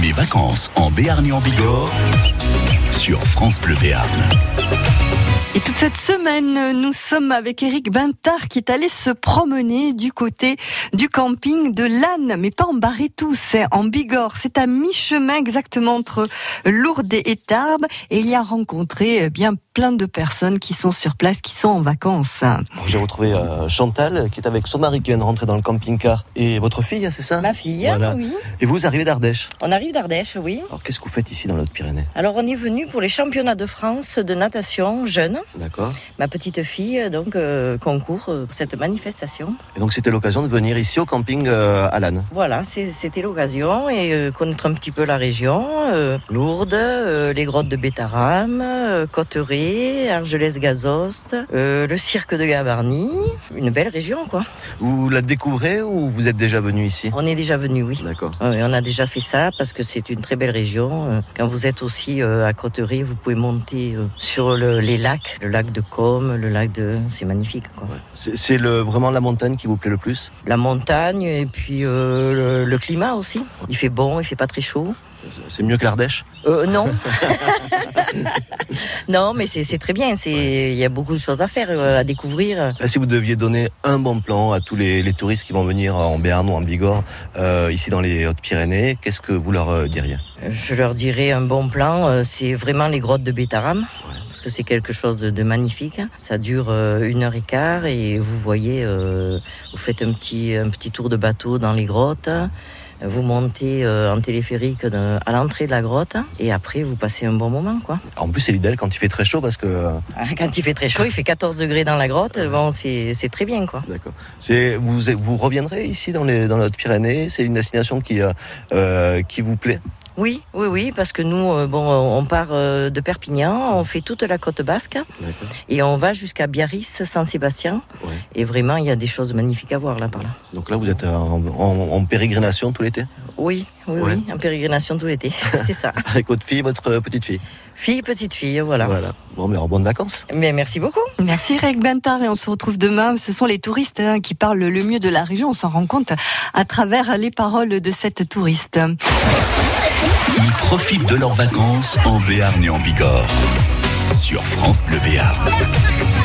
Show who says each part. Speaker 1: Mes vacances en Béarn et en Bigorre sur France Bleu Béarn.
Speaker 2: Et toute cette semaine, nous sommes avec Eric Bintard qui est allé se promener du côté du camping de l'Anne, mais pas en Barretou, c'est en Bigorre. C'est à mi-chemin exactement entre Lourdes et Tarbes et il y a rencontré eh bien plein de personnes qui sont sur place, qui sont en vacances.
Speaker 3: J'ai retrouvé euh, Chantal qui est avec son mari qui vient de rentrer dans le camping-car. Et votre fille, hein, c'est ça
Speaker 4: Ma fille,
Speaker 3: Voilà.
Speaker 4: oui.
Speaker 3: Et vous arrivez d'Ardèche.
Speaker 4: On arrive d'Ardèche, oui.
Speaker 3: Alors qu'est-ce que vous faites ici dans l'Haute-Pyrénées
Speaker 4: Alors on est venu pour les championnats de France de natation jeune.
Speaker 3: D'accord.
Speaker 4: Ma petite fille euh, donc euh, concourt euh, pour cette manifestation.
Speaker 3: Et donc c'était l'occasion de venir ici au camping euh, à l'Anne.
Speaker 4: Voilà, c'est- c'était l'occasion et euh, connaître un petit peu la région, euh, Lourdes, euh, les grottes de Bétarame, euh, Cotteret, Argelès-Gazost, euh, le cirque de Gavarnie, une belle région quoi.
Speaker 3: Vous la découvrez ou vous êtes déjà venu ici
Speaker 4: On est déjà venu, oui.
Speaker 3: D'accord.
Speaker 4: Oui, Euh, on a déjà fait ça parce que c'est une très belle région. Euh, Quand vous êtes aussi euh, à Cotteret, vous pouvez monter euh, sur le- les lacs, le lac de Côme, le lac de... C'est magnifique. quoi.
Speaker 3: C'est c'est le- vraiment la montagne qui vous plaît le plus
Speaker 4: La montagne et puis euh, le, le climat aussi. Il fait bon, il fait pas très chaud.
Speaker 3: C'est mieux que l'Ardèche
Speaker 4: Euh, non. non, mais c'est c'est très bien. C'est- Il y a beaucoup de choses à faire, euh, à découvrir.
Speaker 3: Ah, Si vous deviez donner un bon plan à tous les, les touristes qui vont venir en Béarn ou en Bigorre, euh, ici dans les Hautes-Pyrénées, qu'est-ce que vous leur euh, diriez
Speaker 4: Je leur dirais un bon plan, euh, c'est vraiment les grottes de Bétarame, parce que c'est quelque chose de, de magnifique. Ça dure euh, une heure et quart et vous voyez, euh, vous faites un petit, un petit tour de bateau dans les grottes. Vous montez euh, en téléphérique de- à l'entrée de la grotte et après vous passez un bon moment quoi.
Speaker 3: En plus, c'est l'idéal quand il fait très chaud parce que. euh,
Speaker 4: Ah, Quand il fait très chaud, il fait 14 degrés dans la grotte, bon c'est c'est très bien quoi.
Speaker 3: D'accord. C'est vous vous reviendrez ici dans les dans les Hautes-Pyrénées. C'est une destination qui euh, euh, qui vous plaît.
Speaker 4: Oui, oui, oui, parce que nous, euh, bon, on part euh, de Perpignan, on fait toute la côte basque.
Speaker 3: D'accord.
Speaker 4: Et on va jusqu'à Biarritz, Saint-Sébastien.
Speaker 3: Ouais.
Speaker 4: Et vraiment, il y a des choses magnifiques à voir là par là.
Speaker 3: Donc là, vous êtes en, en- en pérégrination tout l'été
Speaker 4: Oui, oui,
Speaker 3: Ouais.
Speaker 4: oui, en pérégrination tout l'été. C'est ça.
Speaker 3: avec votre fille, votre petite fille.
Speaker 4: Fille, petite fille, voilà.
Speaker 3: Bon, mais en bonnes vacances.
Speaker 4: Mais merci beaucoup.
Speaker 2: Merci Eric Bintard et on se retrouve demain. Ce sont les touristes hein, qui parlent le mieux de la région. On s'en rend compte à travers les paroles de cette touriste.
Speaker 1: Ils profitent de leurs vacances en Béarn et en Bigorre sur France Bleu Béarn.